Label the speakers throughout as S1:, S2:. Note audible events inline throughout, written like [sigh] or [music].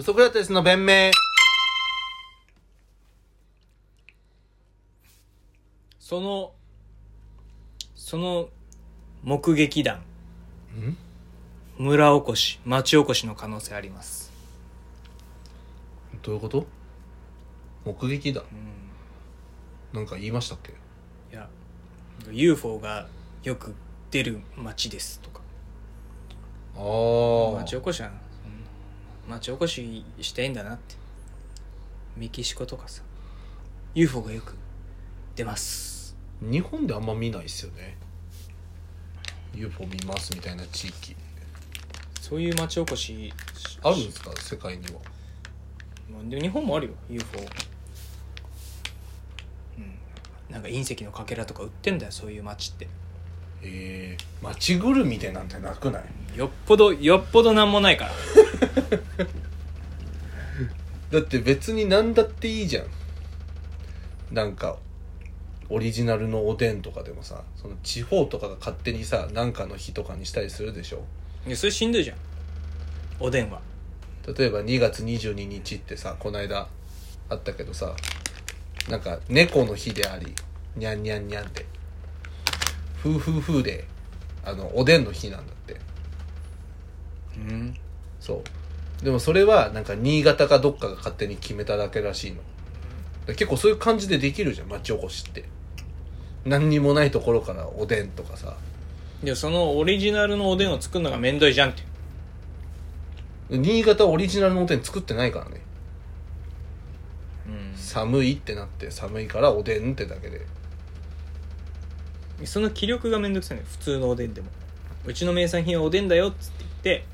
S1: ソクラテスの弁明
S2: そのその目撃談村おこし町おこしの可能性あります
S1: どういうこと目撃だ
S2: うん
S1: なんか言いましたっけ
S2: いや UFO がよく出る町ですとか
S1: あ
S2: 町
S1: あ
S2: おこしはうん町おこししていいんだなってメキシコとかさ UFO がよく出ます
S1: 日本であんま見ないっすよね UFO 見ますみたいな地域
S2: そういう町おこし
S1: あるんですか世界には
S2: まあでも日本もあるよ UFO うんなんか隕石のかけらとか売ってんだよそういう町って
S1: ええ街ぐるみでなんてなくない
S2: よっぽどよっぽどなんもないから
S1: だって別に何だっていいじゃんなんかオリジナルのおでんとかでもさその地方とかが勝手にさなんかの日とかにしたりするでしょ
S2: いやそれしんどいじゃんおでんは
S1: 例えば2月22日ってさこの間あったけどさなんか猫の日でありにゃんにゃんにゃんでふうふうふうであのおでんの日なんだって
S2: うん
S1: そうでもそれはなんか新潟かどっかが勝手に決めただけらしいのだから結構そういう感じでできるじゃん町おこしって何にもないところからおでんとかさ
S2: でそのオリジナルのおでんを作るのがめんどいじゃんって
S1: 新潟オリジナルのおでん作ってないからね
S2: う
S1: 寒いってなって寒いからおでんってだけで
S2: んその気力がめんどくさいのよ普通のおでんでもうちの名産品はおでんだよっつって言って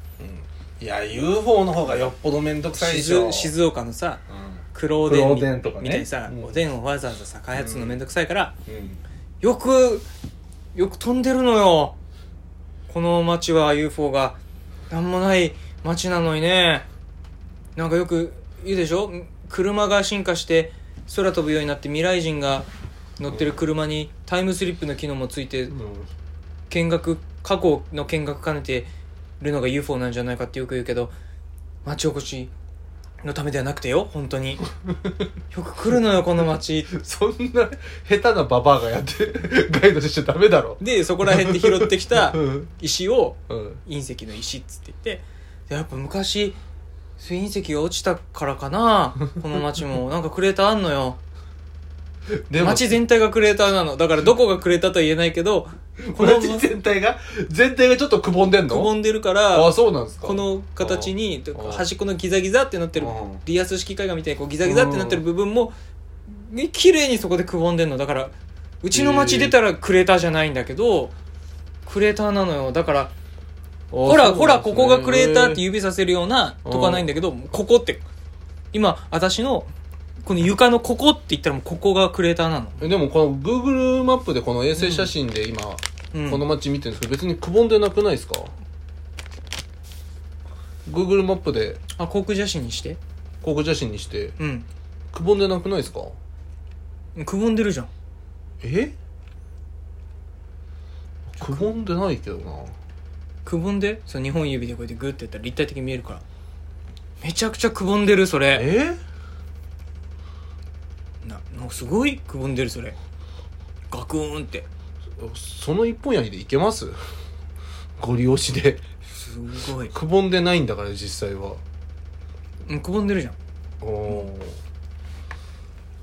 S1: いや UFO の方がよっぽど面倒くさいでしょ
S2: 静静岡のさ
S1: う
S2: 黒おでん
S1: 黒
S2: み
S1: おでんとかね
S2: みたいにさ、
S1: うん
S2: おでんをわざわざさ開発するのめんどくさいから、
S1: ん、うん、
S2: よくよく飛んでるのよこの町は UFO がなんもない町なのにねなんかよく言うでしょ車が進化して空飛ぶようになって未来人が乗ってる車にタイムスリップの機能もついて見学過去の見学兼ねてるのが UFO なんじゃないかってよく言うけど町おこしのためではなくてよ本当によく来るのよこの町
S1: そんな下手なババアがやって [laughs] ガイドしちゃダメだろ
S2: でそこら辺で拾ってきた
S1: うん
S2: 石を
S1: うん
S2: 隕石の石っつって言ってでやっぱ昔そういう隕石が落ちたから
S1: [laughs]
S2: かなこの町もなんかクレーターあんのよ
S1: でも
S2: 町全体がクレーターなのだからどこがクレーターとは言えないけどこの
S1: 街全体が全体がちょっとくぼんでんの
S2: くぼんでるか
S1: あ
S2: ら
S1: そうなんですか
S2: この形に
S1: ああ
S2: 端っこのギザギザってなってる
S1: うん
S2: リアス式海岸みたいにこうギザギザってなってる部分もね綺麗にそこでくぼんでんのだからうちの町出たらクレーターじゃないんだけどクレーターなのよだからほら、ほら、ここがクレーターって
S1: う
S2: 指させるようなとかないんだけど、ここって、今、私の、この床のここって言ったらもうここがクレーターなの。
S1: えでもこの Google マップでこの衛星写真で今、
S2: うん。
S1: この街見てるんですけど別にくぼんでなくないですか Google マップで
S2: あ、航空写真にして。
S1: 航空写真にして
S2: うん。
S1: くぼんでなくないですか
S2: くぼんでるじゃん。
S1: えくぼんでないけどな
S2: くぼんで、そう、日本指でこうやってグッてやったら立体的に見えるから。めちゃくちゃくぼんでる、それ。
S1: え
S2: な、もうすごいくぼんでる、それ。ガクーンって。
S1: その一本槍でいけますご利用しで
S2: すごい。
S1: くぼんでないんだから実際は
S2: うん、くぼんでるじゃん。
S1: お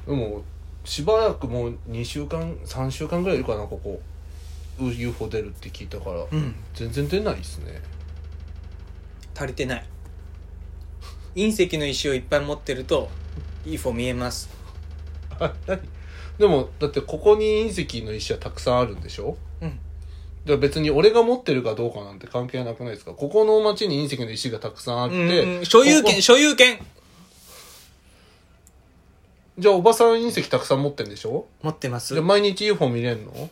S1: ーでもしばらくもう2週間3週間ぐらいいるかなここう UFO 出るって聞いたから、
S2: うん。
S1: 全然出ないですね
S2: 足りてない隕石の石をいっぱい持ってると UFO 見えます
S1: あ [laughs] 何でもだってここに隕石の石はたくさんあるんでしょ
S2: うん
S1: だから別に俺が持ってるかどうかなんて関係なくないですかここの町に隕石の石がたくさんあって、
S2: うんうん所有
S1: こ
S2: 権
S1: こ
S2: 所有権
S1: じゃあおばさん隕石たくさん持ってるんでしょ
S2: 持ってます
S1: じゃあ毎日 UFO 見れんの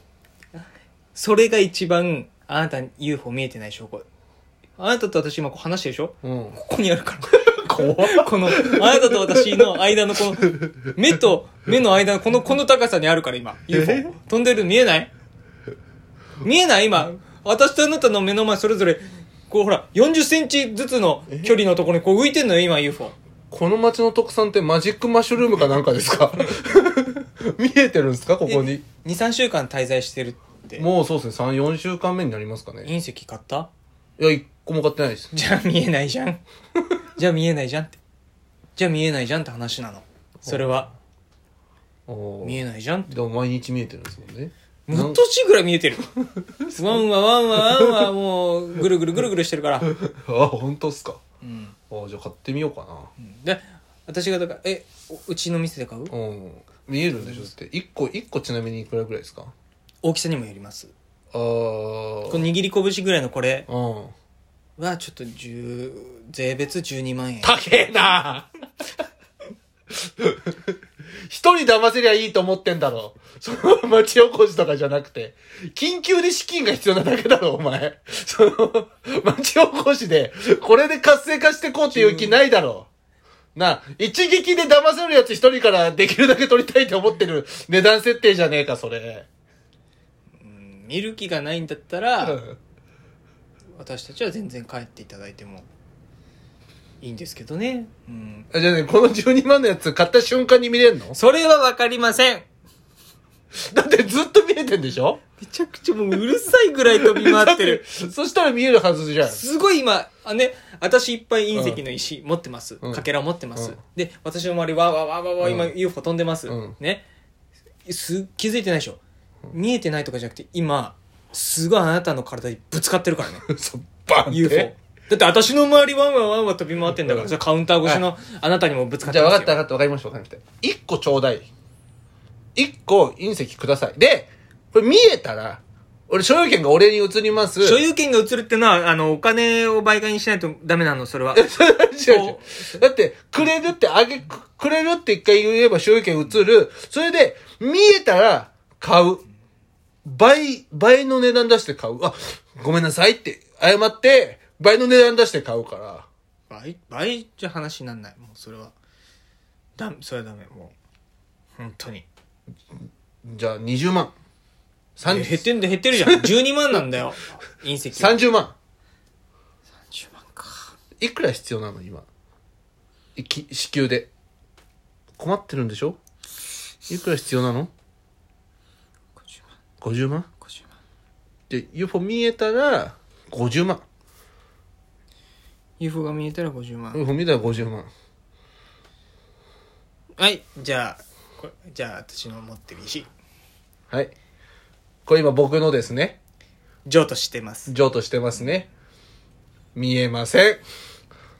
S2: それが一番あなたに UFO 見えてない証拠あなたと私今こう話してるでしょ
S1: うん
S2: ここにあるから [laughs] 怖このあなたと私の間のこの目と目の間のこのこの高さにあるから今 UFO 飛んでる見えない見えない今私とあなたの目の前それぞれこうほら、40センチずつの距離のところにこう浮いてんのよ、今 UFO。
S1: この町の特産ってマジックマッシュルームかなんかですか [laughs] 見えてるんですかここに。
S2: 2、3週間滞在してるって。
S1: もうそうですね、3、4週間目になりますかね。
S2: 隕石買った
S1: いや、一個も買ってないです。
S2: じゃあ見えないじゃん。じゃあ見えないじゃんって。じゃあ見えないじゃんって話なの。それは。
S1: お
S2: 見えないじゃん
S1: でも毎日見えてるんですもんね。
S2: もっとしぐらい見えてる。ワンワワンワワンワもう、ぐるぐるぐるぐるしてるから。
S1: あ、本当っすか。
S2: うん。
S1: あ、じゃあ買ってみようかな。
S2: で、私がだから、え、おうちの店で買う
S1: うん。見えるんでしょだって。一個、一個ちなみにいくらぐらいですか
S2: 大きさにもよります。
S1: あ
S2: こ
S1: ー。
S2: の握り拳ぐらいのこれ
S1: うん。
S2: は、ちょっと10、税別12万円。
S1: 高えな一人騙せりゃいいと思ってんだろ。その町おこしとかじゃなくて。緊急で資金が必要なだけだろ、お前。その、町おこしで、これで活性化してこうっていう気ないだろ。なあ、一撃で騙せるやつ一人からできるだけ取りたいと思ってる値段設定じゃねえか、それ。
S2: うん見る気がないんだった
S1: う
S2: ら、
S1: ん
S2: 私たちは全然帰っていただいてもいいんですけどね。うん。
S1: じゃあね、この12万のやつ買った瞬間に見れんの
S2: それはわかりません
S1: だってずっと見えてんでしょ
S2: めちゃくちゃもううるさいぐらい飛び回ってる。
S1: だそしたら見えるはずじゃん。
S2: すごい今、あね、私いっぱい隕石の石持ってます。
S1: うん
S2: かけら持ってます。
S1: うん
S2: で、私の周りわーわーわーわーわー今
S1: うん
S2: UFO 飛んでます。
S1: うん
S2: ね。す、気づいてないでしょ。見えてないとかじゃなくて、今、すごいあなたの体にぶつかってるからね。
S1: そう、バンって
S2: UFO。だって私の周りワンワンワンワン飛び回ってんだから、
S1: うん
S2: それカウンター越しのあなたにもぶつかっ
S1: じ
S2: て
S1: ゃあ
S2: ま
S1: 分
S2: す
S1: かった分
S2: よ。
S1: かった分かりました分かりました。一個ちょうだい。一個隕石ください。で、これ見えたら、俺所有権が俺に移ります。
S2: 所有権が移るってのは、あの、お金を倍買にしないとダメなの、そ
S1: [laughs]
S2: れ
S1: [laughs]
S2: は。
S1: 違う違うだって、くれるってあげ、くくれるって一回言えば所有権移る。それで、見えたら買う。倍、倍の値段出して買う。あ、ごめんなさいって謝って、倍の値段出して買うから。
S2: 倍倍じゃ話になんないもうそれはだそれはダメもう本当に
S1: じゃあ20万。
S2: 減
S1: 30
S2: ってんだ減ってるじゃん12万なんだよ隕石は
S1: 30万。
S2: 30万か
S1: いくら必要なの今。いき、支給で。困ってるんでしょいくら必要なの
S2: 50
S1: ?50
S2: 万
S1: 万
S2: 50万
S1: で、UFO 見えたら、50万。
S2: UFO が見えたら50万、
S1: UFO 見たら50万。
S2: はいじゃあこれじゃあ私の持ってる石
S1: はい。これ今僕のですね、
S2: 譲渡してます
S1: 譲渡してますね。見えません。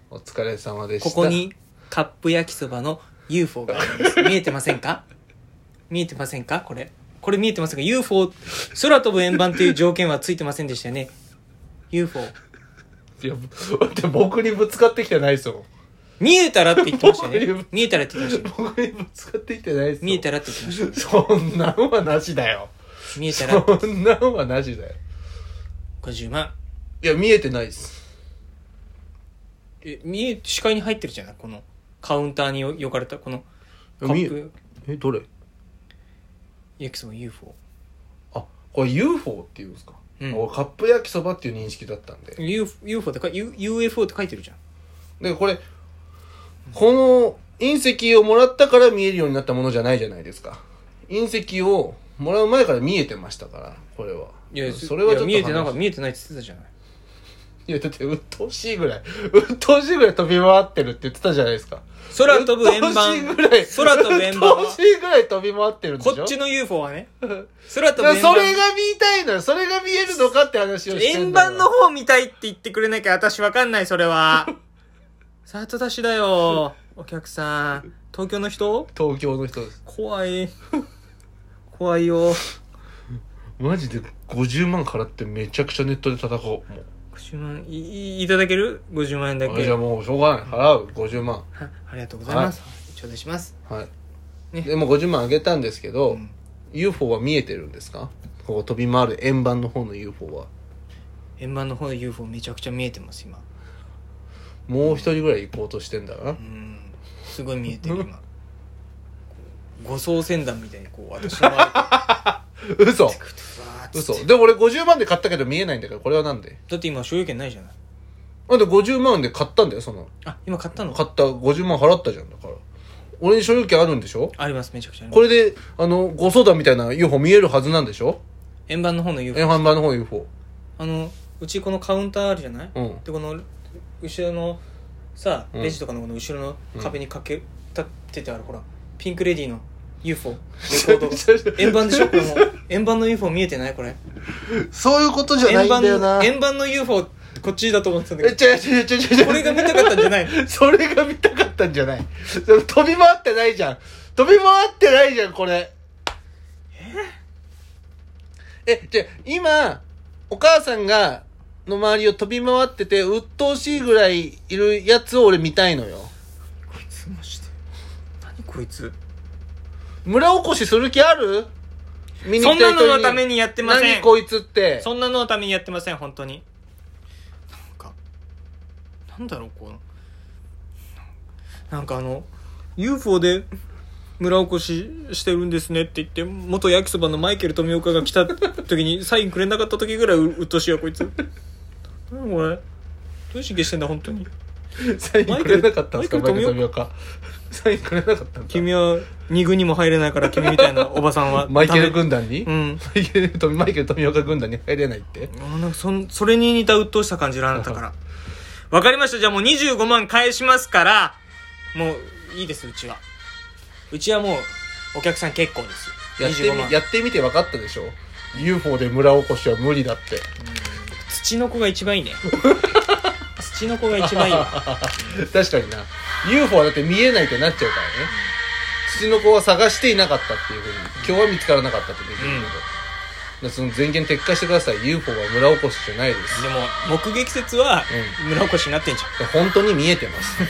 S1: お疲れ様でした。
S2: ここ。にカップ焼きそばの UFO があります見えてませんか見えてませんかこれこれ見えてませんか UFO 空飛ぶ円盤っていう条件はついてませんでしたよね UFO
S1: いや、だって僕にぶつかってきてないですもん。
S2: 見えたらって言ってました
S1: どういう
S2: ね。見えたらって言ってました。
S1: 僕にぶつかってきてないですもん。
S2: 見えたらって言ってまし
S1: そんなんはなしだよ。
S2: た。見えたら
S1: そんなんはなしだよ。
S2: 50万。
S1: いや、見えてないです。
S2: え、見え、視界に入ってるじゃないこのカウンターによよかれた、このカ
S1: 見え
S2: ップ、
S1: えどれ
S2: 焼きそば UFO。
S1: あこれ UFO っていうんですか、
S2: うん
S1: 俺カップ焼きそばっていう認識だったんで
S2: UFO UFO ってか、U、UFO って書いてるじゃん。
S1: でこれこの隕石をもらったから見えるようになったものじゃないじゃないですか隕石をもらう前から見えてましたからこれはい
S2: や、
S1: それはちょっと
S2: いや見えてなんか
S1: 話
S2: 見えてないって言ってたじゃない。
S1: いやだって鬱陶しいぐらい鬱陶しいぐらい飛び回ってるって言ってたじゃないですか
S2: 空飛ぶ円盤。
S1: 鬱陶しいぐらい
S2: 空飛ぶ円盤
S1: 鬱
S2: は
S1: 陶し。いぐらい飛び回ってるんでしょ
S2: こっち
S1: の
S2: の UFO はね。空飛ぶ円盤。
S1: それが見たいのよそれが見えるのかって話をして
S2: 円
S1: んだから
S2: 盤の方見たいって言ってくれなきゃ私わかんないそれは [laughs] 里出しだよお客さん東京の人
S1: 東京の人です
S2: 怖い怖いよ
S1: マジで50万払ってめちゃくちゃネットで叩こう。もう
S2: 50万いいいただける50万円だ
S1: あ
S2: け
S1: じゃあ
S2: は
S1: もうしょうがない。払う。50万。
S2: ありがとうございます、頂戴します
S1: はい。
S2: ね
S1: でも50万あげたんですけど、
S2: うん
S1: UFO は見えてるんですかこう飛び回る円盤の方の UFO は。
S2: 円盤の方の UFO めちゃくちゃ見えてます今
S1: もう一人ぐらい行こうとしてんだな
S2: う。んすごい見えてる今五層船団みたいにこう私の前に
S1: 嘘
S2: ふわーっつって
S1: 嘘。
S2: [laughs]
S1: でも俺50万で買ったけど見えないんだから、これはなんで
S2: だって今所有権ないじゃない
S1: あんた50万で買ったんだよ、その。
S2: あ今買ったの
S1: 買った、50万払ったじゃん、だから。俺に所有権あるんでしょ
S2: ありますめちゃくちゃあります
S1: これで、あの、ご相談みたいな UFO 見えるはずなんでしょ
S2: 円盤の方の UFO
S1: 円盤版の方の UFO。
S2: あのうちこのカウンターあるじゃない、
S1: うん
S2: でこの後ろのさ
S1: うん
S2: レジとかのこの後ろの壁にかけ、立っててあるほらピンクレディーの UFO レコ
S1: [laughs]
S2: ー
S1: それ
S2: ド円盤でしょこれもう円盤の UFO 見えてないこれ
S1: そういうことじ
S2: 円盤の円盤の UFO こっちだと思ってたんだ
S1: え、
S2: け
S1: 違う違う違う違う違
S2: ど
S1: う。
S2: これが見たかったんじゃないの
S1: それが見たかったんじゃない。それ飛び回ってないじゃん。飛び回ってないじゃん、これ。えじゃあ今、お母さんが、の周りを飛び回ってて、鬱陶しいぐらいいるやつを俺見たいのよ。
S2: こいつマジで何こいつ
S1: 村おこしする気ある見
S2: そんなのの
S1: に
S2: ためにやってませ
S1: 何
S2: ん
S1: こいつって。
S2: そんなののためにやってません本当になんかなんだろうこのなんかあの UFO で村おこししてるんですねって言って元焼きそばのマイケル富岡が来た
S1: [laughs]
S2: 時にサインくれなかった時ぐらいう鬱陶しいわこいつ何これどういう神経してんだ本当に
S1: サインくれなかったんですか
S2: マ
S1: マイケ
S2: イ
S1: ル
S2: ケル
S1: 富岡。サインくれなかったんですか
S2: 君は二軍にも入れないから君みたいなおばさんは
S1: マイケル
S2: ダメ
S1: 軍団に、
S2: うん
S1: マイケル富マイケル富岡軍団に入れないって。
S2: あなんかそんそれに似た鬱陶しさ感じるあなたからわかりましたじゃあもう25万返しますからもういいですうちはうちはもうお客さん結構です
S1: やって
S2: 25万
S1: み、やってみて分かったでしょ ?UFO で村おこしは無理だって。
S2: 土の子が一番いいね [laughs] 土の子が一番い [laughs] いわ
S1: [laughs] 確かにな。UFO はだって見えないってなっちゃうからね。土の子は探していなかったっていうふうに、今日は見つからなかったってことだけど。
S2: うん
S1: だからその前言撤回してください。UFO は村おこしじゃないです。
S2: でも目撃説は村おこしになってんじゃん
S1: 本当に見えてます。